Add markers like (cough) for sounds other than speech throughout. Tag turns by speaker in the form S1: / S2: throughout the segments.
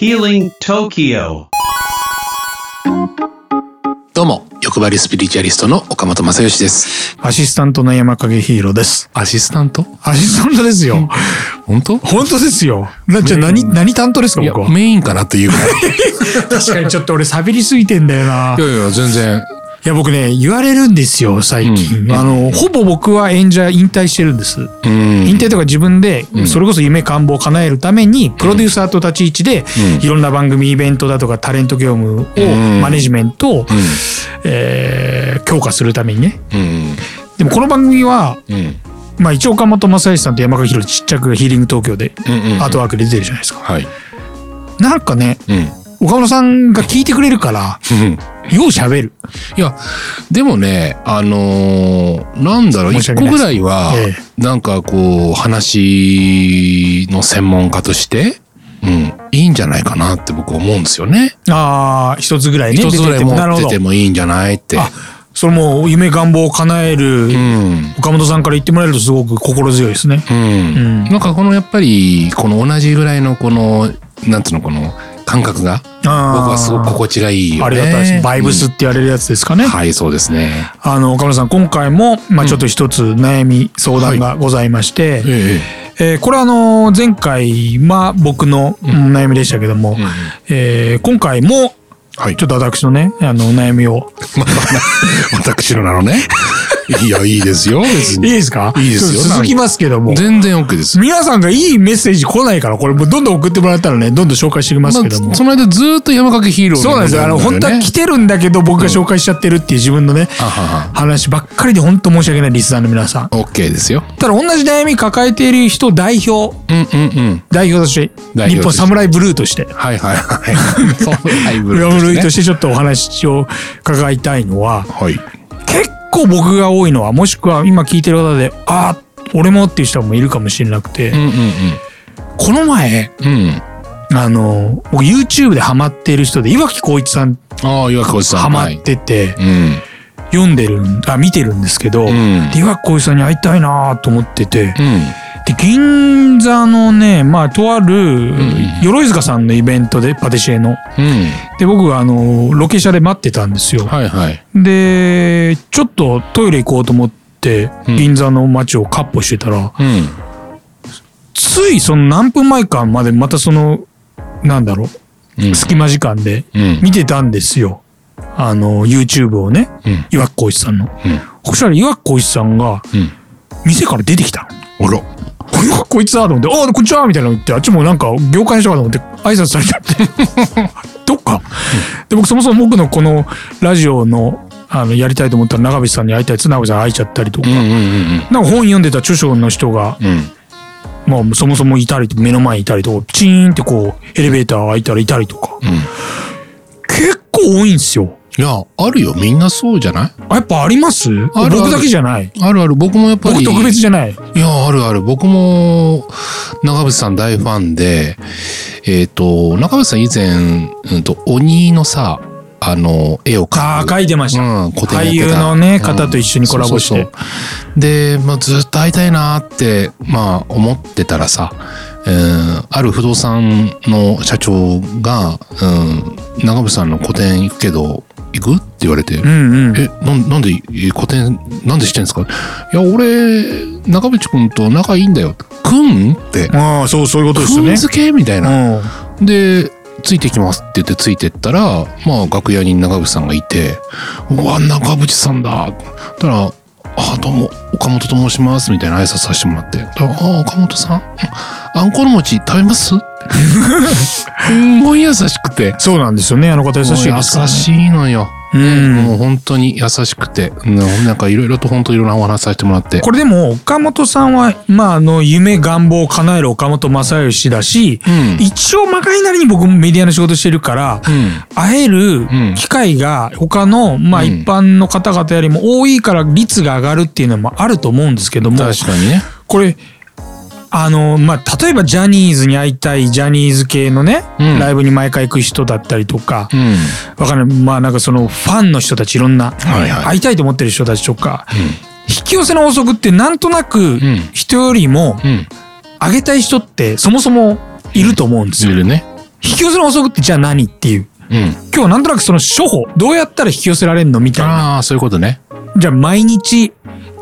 S1: Healing Tokyo.
S2: どうも、欲張りスピリチュアリストの岡本正義です。
S3: アシスタントの山影ヒーローです。
S2: アシスタント
S3: アシスタントですよ。
S2: 本当
S3: 本当ですよ。な、じゃあ何、何担当ですか、
S2: いや
S3: 僕、は。
S2: メインかなというぐらい。
S3: 確かにちょっと俺喋りすぎてんだよな。
S2: いやいや、全然。
S3: いや、僕ね、言われるんですよ、最近。あの、ほぼ僕は演者引退してるんです。
S2: うん。
S3: 引退とか自分で、それこそ夢願望を叶えるために、プロデューサーと立ち位置で、いろんな番組、イベントだとか、タレント業務
S2: ん
S3: を、マネジメントを、えー強化するためにね。
S2: うん。
S3: でもこの番組は、
S2: うん。
S3: まあ一応岡本正義さんと山川博ちっちゃくヒーリング東京で
S2: うんうんうん
S3: アートワークで出てるじゃないですか。
S2: はい。
S3: なんかね、
S2: うん。
S3: 岡本さんが聞いてくれるから、
S2: うん
S3: よう喋る。
S2: いや、でもね、あのーなんだろう、
S3: 申し
S2: 一
S3: 訳
S2: 個
S3: ないで
S2: ぐ
S3: す
S2: らいは、
S3: え
S2: なんかこう、話の専門家として、うん、いいんじゃないかなって僕思うんですよね。
S3: ああ、一つぐらいね。
S2: 一つぐらい
S3: 出てて
S2: 持
S3: もなる
S2: っ
S3: ほ
S2: て
S3: ど
S2: て。もいいんじゃないって。
S3: あ、それもう夢願望を叶える、
S2: うん。
S3: 岡本さんから言ってもらえるとすごく心強いですね。
S2: うん
S3: うん
S2: なんかこのやっぱりこの同じぐらいのこのなんつうのこの感覚が
S3: あー
S2: 僕はすごく心地がいいよね。
S3: ありがたいですね。バイブスっ
S2: うん
S3: て言われるやつですかね。
S2: はいそうですね。
S3: あの、岡村さん、今回も、まあちょっと一つ悩み、相談がございまして、
S2: え
S3: えーこれはあの、前回は僕のうん悩みでしたけども、えー今回も、
S2: はい
S3: ちょっと私のね、あの、お悩みを。
S2: 私のなのね。いやいいですよ別
S3: いい
S2: に。
S3: ですか
S2: いいですよ
S3: ちょっと続きますけども。
S2: 全然 OK です。
S3: 皆さんがいいメッセージ来ないから、これもうどんどん送ってもらったらね、どんどん紹介していきますけども。
S2: まあその間ずーっと山かけヒーロー
S3: そうなんですよ。あの、本当は来
S2: て。
S3: てるんだけど、僕が紹介しちゃってるっていう自分のね、
S2: あはは。
S3: 話ばっかりで本当申し訳ないリスナーの皆さん。
S2: OK ですよ。
S3: ただ、同じ悩み抱えている人を代表、
S2: うんうんうん。
S3: 代表として、
S2: 代表として
S3: 日本サムライブルーとして、
S2: はいはいはい。そうライブ
S3: ブル
S2: ルーですね
S3: ーとしてちょっとお話を伺いたいのは、
S2: はい。
S3: 結構僕が多いのはもしくは今聞いてる方でああ俺もっていう人もいるかもしれなくて、
S2: うん
S3: この前
S2: うんうん。うん。
S3: あの僕 YouTube でハマってる人で岩城浩一さん
S2: ああ岩城浩二さん。
S3: ハマ
S2: はい
S3: ってて、
S2: うん。
S3: 読んでるんあ見てるんですけど、
S2: うん
S3: で岩城浩一さんに会いたいなと思ってて、で
S2: うん。
S3: 銀座のねまあとある
S2: ん
S3: 鎧塚さんのイベントでパティシエの
S2: うん。
S3: で僕はあのロケ車で待ってたんですよ。
S2: はいはい。
S3: でちょっとトイレ行こうと思って
S2: うん
S3: 銀座の街をカッポしてたら、
S2: うん。
S3: ついその何分前かまでまたその、なんだろ
S2: う
S3: う、
S2: ん
S3: 隙間時間で
S2: うん
S3: 見てたんですよ。あの、YouTube をね、
S2: うん
S3: 岩城浩一さんの。
S2: うん
S3: そしたら岩城浩一さんが、
S2: うん。
S3: 店から出てきたの。
S2: おろ。
S3: 岩城浩一だと思って、ああ、こんにちはみたいなの言って、あっちもなんか業界の人かと思って挨拶されち
S2: (laughs)
S3: ゃって。どっか。で、僕そもそも僕のこのラジオの、あの、やりたいと思ったら長渕さんに会いたいっつって長渕さんに会いちゃったりとか。
S2: うんうんうん
S3: なんか本読んでた著書の人が
S2: うん。うん。
S3: まあ、そもそもいたりと、目の前にいたりとか、チーンってこう、エレベーター開いたらいたりとか、
S2: うん。
S3: 結構多いんですよ。
S2: いや、あるよ。みんなそうじゃない
S3: あやっぱあります
S2: ある
S3: 僕だけじゃない。
S2: あるある。僕もやっぱ
S3: 僕
S2: り。
S3: 特別じゃない。
S2: いや、あるある。僕も、長渕さん大ファンで、えっ、と、長渕さん以前、うんと、鬼のさ、あの、絵を
S3: あ
S2: 描
S3: あ、
S2: く。
S3: 書いてました。
S2: うん、古
S3: 俳
S2: 典やって
S3: 優
S2: た
S3: のね、方と一緒にコラボして。
S2: そうそうそうで、まあ、ずっと会いたいなって、まあ、思ってたらさ、うん、ある不動産の社長が、うん、長渕さんの個展行くけど、行くって言われて、
S3: うんうん。
S2: え、なんなんで、え個展、なんでしてんですかいや、俺、長渕くんと仲いいんだよ。くんって。
S3: ああ、そう、そういうこと
S2: く
S3: ですよ
S2: ん
S3: ね。
S2: 付けみたいな。
S3: うん。
S2: で、ついてきますって言ってついてったら、まあ楽屋に長渕さんがいて、うわ、長渕さんだ。たら、あ、どうも、岡本と申します。みたいな挨拶させてもらって。たらあ、岡本さん、あんころ餅食べますすんごい優しくて。
S3: そうなんですよね。あの方優しい
S2: もう優
S3: ですからね。
S2: しいのよ。
S3: うん
S2: もう本当に優しくて。うんなんかいろいろと本当いろんなお話させてもらって。
S3: これでも、岡本さんは、まあ、あの、夢、願望を叶える岡本正義だし、
S2: うん。
S3: 一応、まかいなりに僕もメディアの仕事してるから、
S2: うん。
S3: 会える
S2: ん
S3: 機会が他の、まあ
S2: うん
S3: 一般の方々よりも多いから率が上がるっていうのもあると思うんですけども、
S2: 確かにね。
S3: これ、あの、まあ、例えばジャニーズに会いたい、ジャニーズ系のね、
S2: うん
S3: ライブに毎回行く人だったりとか、
S2: うん。
S3: わかんない。まあ、なんかそのファンの人たちいろんな、
S2: はいはい
S3: 会いたいと思ってる人たちとか、引き寄せの法則ってなんとなく
S2: ん
S3: 人よりも
S2: うん。
S3: 上げたい人ってそもそもいると思うんです
S2: ず
S3: よ。
S2: るね。
S3: 引き寄せの法則ってじゃあ何っていう。
S2: うん。
S3: 今日はなんとなくその処方、どうやったら引き寄せられるのみたいな。
S2: ああ、そういうことね。
S3: じゃあ毎日、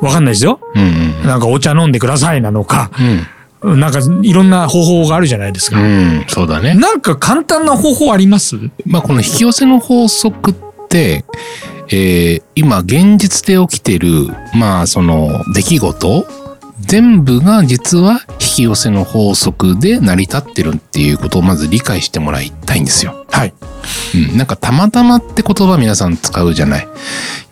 S3: わかんないですよ。
S2: うん
S3: なんかお茶飲んでくださいなのか、
S2: うん。
S3: なんかいろんな方法があるじゃないです
S2: う
S3: か。
S2: ん。うん、そうだね。
S3: なんか簡単な方法あります
S2: まあ、この引き寄せの法則って、えー今現実で起きてる、まあ、その出来事全部が実は引き寄せの法則で成り立ってるっていうことをまず理解してもらいたいんですよ。
S3: はい。
S2: うん、なんかたまたまって言葉皆さん使うじゃない。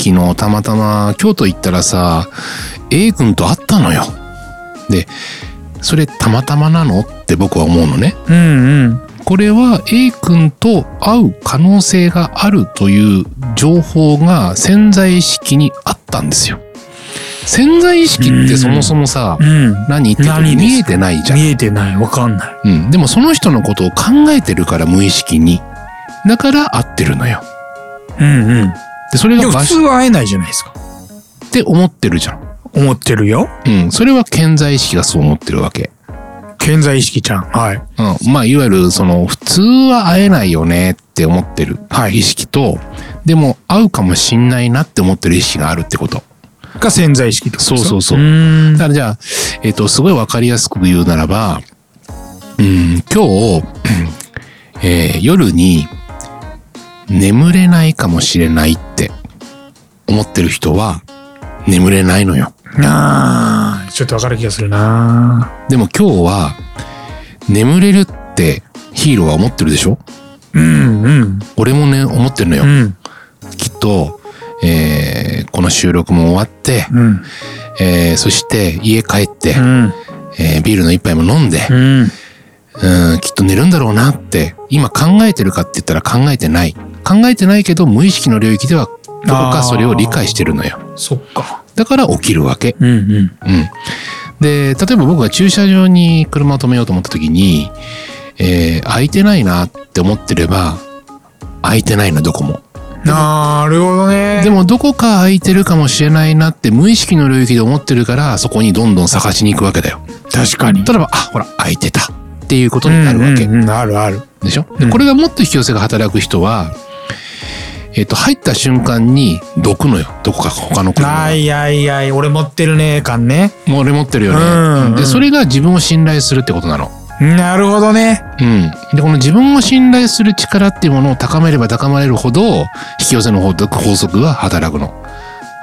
S2: 昨日たまたま京都行ったらさ、A 君と会ったのよ。で、それたまたまなのって僕は思うのね。
S3: うんうん。
S2: これは A 君と会う可能性があるという情報が潜在意識にあったんですよ。潜在意識ってそもそもさ
S3: う、ん。
S2: 何言って
S3: 何
S2: る
S3: です
S2: 見えてないじゃん。
S3: 見えてない。わかんない。
S2: うん。でもその人のことを考えてるから無意識に。だから合ってるのよ。
S3: うんうん。
S2: で、それ
S3: で
S2: が
S3: も
S2: 場
S3: 普通
S2: 所っ
S3: は会えないじゃないですか。
S2: て思ってるじゃん。
S3: 思ってるよ。
S2: うん。それは健在意識がそう思ってるわけ。
S3: 健在意識ちゃん。はい。
S2: うん。まあ、いわゆるその、普通は会えないよねって思ってる意識と、でも会うかもしんないなって思ってる意識があるってこと。
S3: が潜在意識ってことですか
S2: そうそうそう
S3: うーん
S2: だからじゃあ、えっ、と、すごいわかりやすく言うならば、うん、今日、えー夜に眠れないかもしれないって思ってる人は眠れないのよ。
S3: なあちょっとわかる気がするな
S2: でも今日は眠れるってヒーローは思ってるでしょ
S3: うんうん
S2: 俺もね、思ってるのよ
S3: う。ん
S2: きっと、えーこの収録も終わって、
S3: うん
S2: えーそして家帰って、
S3: うん
S2: えービールの一杯も飲んで、
S3: うん
S2: うん、きっと寝るんだろうなって、今考えてるかって言ったら考えてない。考えてないけど、無意識の領域では、どこかそれを理解してるのよ。
S3: そっか
S2: だから起きるわけ。
S3: うんうん
S2: うん。で、例えば僕が駐車場に車を止めようと思った時に、えー、空いてないなって思ってれば、空いてないな、どこも。
S3: なるほどね
S2: でも、どこか空いてるかもしれないなって無意識の領域で思ってるから、そこにどんどん探しに行くわけだよ。
S3: 確かに
S2: 例えば、あ、ほら、空いてたっていうことになるわけ。
S3: うんうんうんあるある
S2: でしょ、で
S3: うん
S2: これがもっと引き寄せが働く人は、えっ、と、入った瞬間に、どくのよ。どこか他の車
S3: あ
S2: が。
S3: いあいあい俺持ってるね感ね
S2: もう俺持ってるよね、
S3: うんうん
S2: で、それが自分を信頼するってことなの。
S3: なるほどね
S2: うん。で、この自分を信頼する力っていうものを高めれば高まれるほど、引き寄せの法則法則が働くの。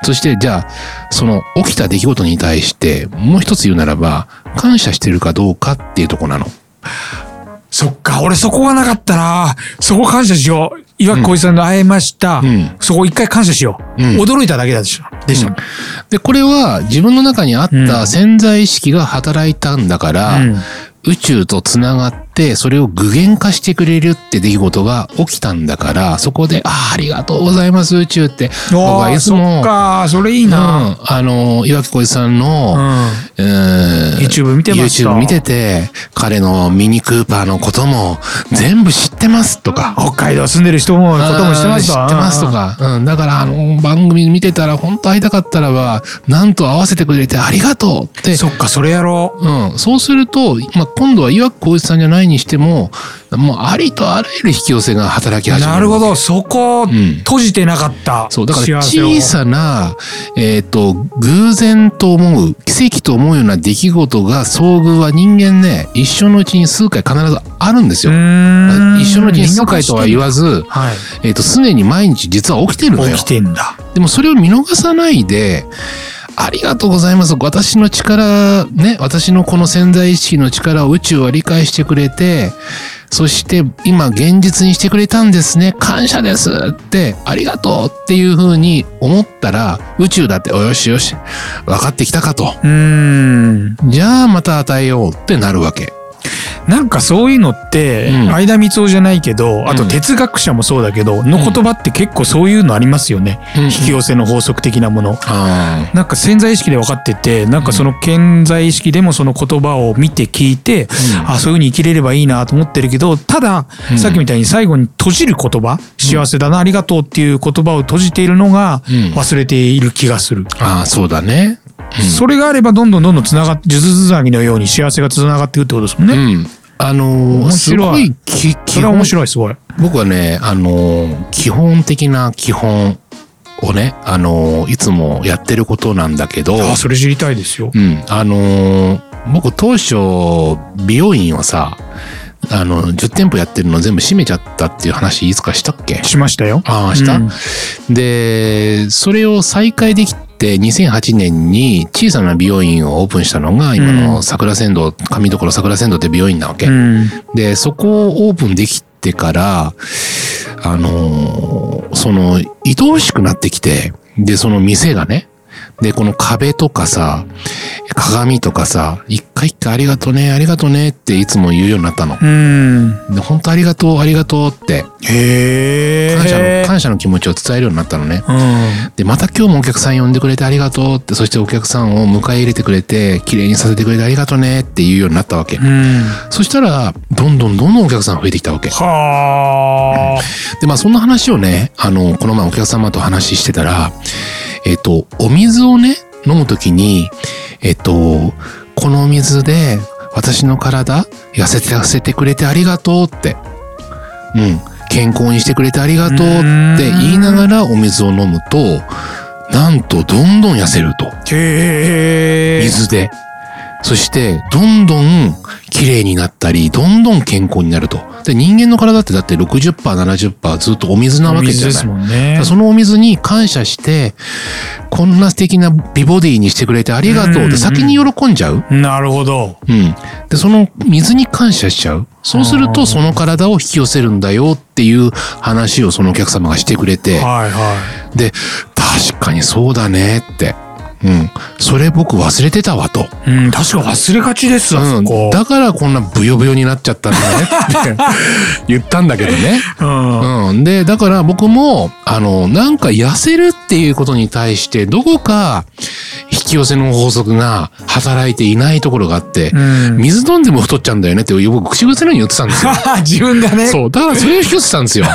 S2: そして、じゃあ、その起きた出来事に対して、もう一つ言うならば、感謝してるかどうかっていうとこなの。
S3: そっか俺そこがなかったなそこ感謝しよう岩城浩一さんと会えました、
S2: うん
S3: そこ一回感謝しよう、
S2: うん
S3: 驚いただけだでしょでした、
S2: で、これは自分の中にあっ
S3: う
S2: た
S3: ん
S2: 潜在意識が働いたんだから、
S3: うん
S2: 宇宙とつながって、それを具現化してくれるって出来事が起きたんだから、そこで、ああ、ありがとうございます、宇宙って、僕
S3: お
S2: はい
S3: ー
S2: つ
S3: そ
S2: も、
S3: っかそれいい
S2: うん、
S3: な、
S2: あの、岩木浩一さん
S3: う
S2: の、
S3: ん
S2: うん
S3: YouTube 見てました
S2: YouTube 見てて、彼のミニクーパーのことも全部知ってますとか、
S3: 北海道住んでる人もこともしてます
S2: あー知ってますとか。うん。だから、あの、番組見てたら、本当会いたかったらば、なんと会わせてくれてありがとうって。
S3: そっかそれやろ
S2: うん。そうすると、まあ、今度は岩城浩一さんじゃないにしても、もうありとあらゆる引き寄せが働き
S3: う
S2: 始める。
S3: なるほどそこ
S2: ん
S3: 閉じてなかった、
S2: そう、だから
S3: 幸せを
S2: 小さな、えっ、と、偶然と思う、奇跡と思うような出来事が遭遇は人間ね、一生のうちに数回必ずあるんです
S3: う
S2: よ。
S3: ーん
S2: 一生のうちに数回とは言わず、
S3: はい
S2: えっ、と、常に毎日実は起きてるのよ。
S3: 起きてんだ
S2: でもそれを見逃さないで、ありがとうございます。私の力、ね、私のこの潜在意識の力を宇宙は理解してくれて、そして今現実にしてくれたんですね。感謝ですって、ありがとうっていうふうに思ったら、宇宙だって、およしよし、分かってきたかと。
S3: うーん
S2: じゃあまた与えようってなるわけ。
S3: なんかそういうのって、
S2: うん
S3: 相田光雄じゃないけどあと
S2: うん
S3: 哲学者もそうだけど、の言葉って結構そういうのありますよね、
S2: うん
S3: 引き寄せの法則的なもの
S2: あ
S3: なんか潜在意識で分かってて、なんかその潜在意識でもその言葉を見て聞いて、
S2: うん
S3: あ、そういうふうに生きれればいいなと思ってるけど、ただ、
S2: うん
S3: さっきみたいに最後に閉じる言葉、幸せだな、ありがとうっていう言葉を閉じているのが
S2: うん
S3: 忘れている気がする。
S2: あー、そうだね。
S3: それがあればどんどんどんどんつながって、数珠つなぎのように幸せがつながっていくってことですもん
S2: う
S3: ね。
S2: ん。あのー
S3: 面
S2: す
S3: 白
S2: ご
S3: い
S2: いき
S3: そ
S2: 基
S3: れは
S2: 本
S3: 面白い、すごい。
S2: 僕はね、あのー基本的な基本をね、あのーいつもやってることなんだけど、
S3: あ、それ知りたいですよ。
S2: うん、あのー僕当初、美容院をさ、あの、10店舗やってるの全部閉めちゃったっていう話いつかしたっけ
S3: しましたよ。
S2: ああ、した、
S3: うん
S2: で、それを再開できて、2008年に小さな美容院をオープンしたのが、今
S3: う
S2: の
S3: ん
S2: 桜仙道、上所桜仙道って美容院なわけ。
S3: うん。
S2: で、そこをオープンできてから、あのーその、愛おしくなってきて、で、その店がね、で、この壁とかさ、鏡とかさ、一回一回ありがとね、ありがとねっていつも言うようになったの。
S3: うん。
S2: で、本当ありがとう、ありがとうって、
S3: へえ。
S2: 感謝の、感謝の気持ちを伝えるようになったのね。で、また今日もお客さん呼んでくれてありがとうって、そしてお客さんを迎え入れてくれて、綺麗にさせてくれてありがとねって言うようになったわけ
S3: う。ん。うん。
S2: そしたら、どんどんどんどんお客さん増えてきたわけ。
S3: はあ。
S2: で、まあそんな話をね、あの、この前お客様と話してたら、えっと、お水をね、飲むときに、えっと、このお水で私の体痩せて痩せてくれてありがとうって、うん、健康にしてくれてありがとうって言いながらお水を飲むと、なんとどんどん痩せると。
S3: へえ。。
S2: 水で。そして、どんどん綺麗になったり、どんどん健康になると。で、人間の体ってだって60%、70%ずっとお水なわけ
S3: 水
S2: じゃ
S3: で
S2: な
S3: す
S2: い。
S3: もん
S2: だか
S3: ね
S2: ら。そのお水に感謝して、こんな素敵な美ボディにしてくれてありがとう
S3: う
S2: っ
S3: んう
S2: て
S3: ん
S2: 先に喜んじゃう。
S3: なるほど。
S2: うん。で、その水に感謝しちゃう。そうする
S3: あー
S2: と、その体を引き寄せるんだよっていう話をそのお客様がしてくれて、
S3: はいは
S2: で、確かにそうだねって。うん。それ僕忘れてたわと。
S3: い。うん、確か忘れがちです、あ
S2: う
S3: そこ
S2: ん、。だからこんなブヨブヨになっちゃったんだね
S3: (laughs)
S2: って言ったんだけどね。
S3: うん。
S2: うん、で、だから僕も、あの、なんか痩せるっていうことに対して、どこか引き寄せの法則が働いていないところがあって、
S3: うん。 (laughs)
S2: 水飲んでも太っちゃうんだよねって、僕、口癖のように言ってたんですよ。
S3: 自分だね。
S2: そう。だからそれを引き寄せてたんです
S3: (laughs)
S2: よ。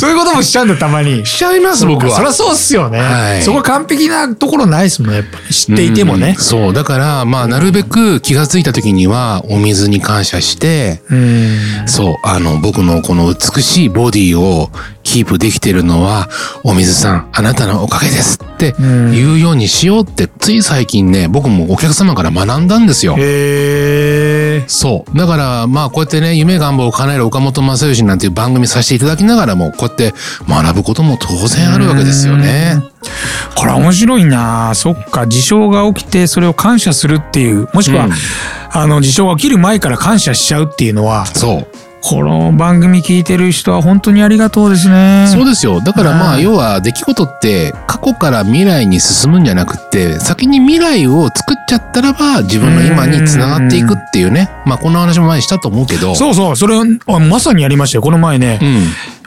S3: そういうこともしちゃうんだ、たまに。
S2: しちゃいます、僕は。
S3: そりゃそうっすよね。
S2: はい
S3: そこ完璧なところないですもんね、やっぱ。知っていても
S2: う
S3: ね
S2: ん。そう。だから、まあ、なるべく気がついた時には、お水に感謝して、
S3: うん。
S2: そう、あの、僕のこの美しいボディをキープできてるのは、お水さん、あなたのおかげですって
S3: うん
S2: 言うようにしようって、つい最近ね、僕もお客様から学んだんですよ。
S3: へえ。
S2: そう。だから、まあ、こうやってね、夢願望を叶える岡本正義なんていう番組させていただきながらも、こうやって学ぶことも当然あるわけですよね。
S3: これ面白いなそっか事象が起きてそれを感謝するっていうもしくは、
S2: うん
S3: あの事象が起きる前から感謝しちゃうっていうのは
S2: そう。
S3: この番組聞いてる人は本当にありがとうですね。
S2: そうですよ。だからま
S3: う
S2: あ、
S3: ん
S2: 要は出来事って過去から未来に進むんじゃなくって、先に未来を作っちゃったらば自分の今に繋がっていくっていうね。まあ、この話も前にしたと思うけど。
S3: そうそうそれあまさにやりましたよこの前ね、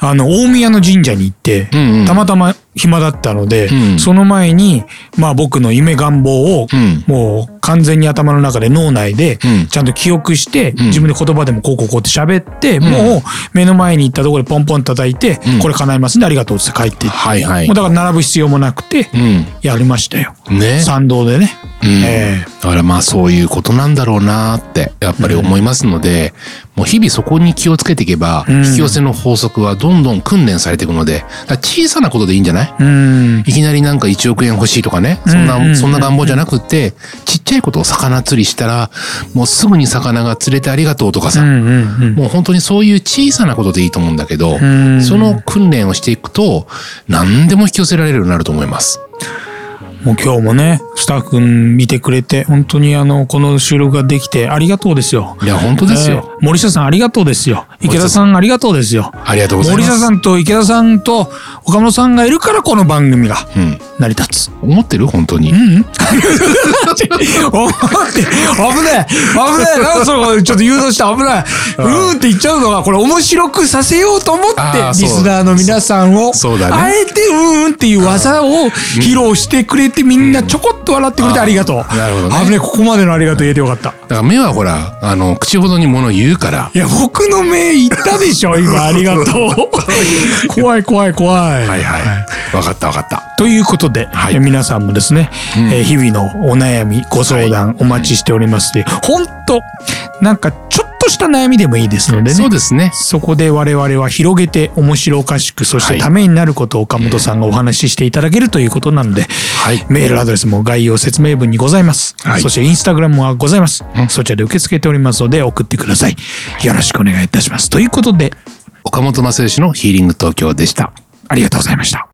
S2: うん。
S3: あの大宮の神社に行って、
S2: うんうん。
S3: たまたま暇だったので、
S2: うん
S3: その前に、まあ、僕の夢願望を、
S2: うん。
S3: もう完全に頭の中で脳内で
S2: うん
S3: ちゃんと記憶して、
S2: ん
S3: 自分で言葉でもこうこうこうって喋って、
S2: ん
S3: もう目の前に行ったところでポンポン叩いて、
S2: うん
S3: これ叶いますんでありがとうって帰っていって、
S2: はいはい
S3: もう。だから並ぶ必要もなくて、
S2: う
S3: やりましたよ。
S2: ん。ね。
S3: 参道でね。
S2: うん
S3: え
S2: だからまあそういうことなんだろうなってやっぱり思いますので、もう日々そこに気をつけていけば、
S3: うん
S2: 引き寄せの法則はどんどん訓練されていくので、だから小さなことでいいんじゃない
S3: えうん。
S2: いきなりなんか1億円欲しいとかね、そん
S3: うんうんうん
S2: な、そんな願望じゃなくて、ちっちゃいことを魚釣りしたら、もうすぐに魚が釣れてありがとうとか
S3: う
S2: さ、
S3: んうんうん。
S2: もう本当にそういう小さなことでいいと思うんだけど、
S3: ん
S2: その訓練をしていくと、何でも引き寄せられるようになると思います。
S3: もう今日もね、スタッフ見てくれて、本当にあの、この収録ができてありがとうですよ。
S2: いや、本当ですよ。
S3: ええ森下さんありがとうですよ。池田さんありがとうですよ。
S2: ありがとうございま
S3: 森
S2: す。
S3: 下さんと池田さんと岡本さんがいるからこの番組が
S2: うん。
S3: 成り立つ。
S2: 思ってる本当に。
S3: うん、うん、お待って危ない危ないなんかそのちょっと誘導した危ない。うんって言っちゃうのがこれ面白くさせようと思って
S2: あーそう
S3: リスナーの皆さんを
S2: そうだね
S3: あえてうんうんっていう技を披露してくれてみんなちょこっと笑ってくれてありがとう。
S2: なるほどね
S3: 危ないここまでのありがとう言えてよかっ
S2: だ
S3: た。
S2: から目はほら、あの、口ほどに物を言うから。
S3: いや、僕の目いったでしょ今、あり
S2: (laughs)
S3: がとう。怖い怖い怖い。
S2: はいはい。わかったわかった。
S3: ということで、
S2: はい
S3: え皆さんもですね、えー日々のお悩み、ご相談お待ちしておりますで、ほんと、なんかちょっとした悩みでもいいですので
S2: そ
S3: ね
S2: う。ですね。
S3: そこで我々は広げて面白おかしく、そして
S2: はい
S3: ためになることを岡本さんがお話ししていただけるということなので、
S2: はい。
S3: メールアドレスも概要説明文にございます。
S2: はい
S3: そしてインスタグラムはございます、
S2: うん
S3: そちらで受け付けておりますので送ってください。よろしくお願いいたします。ということで、
S2: 岡本正義のヒーリング東京でした。
S3: ありがとうございました。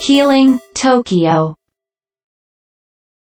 S4: Healing Tokyo.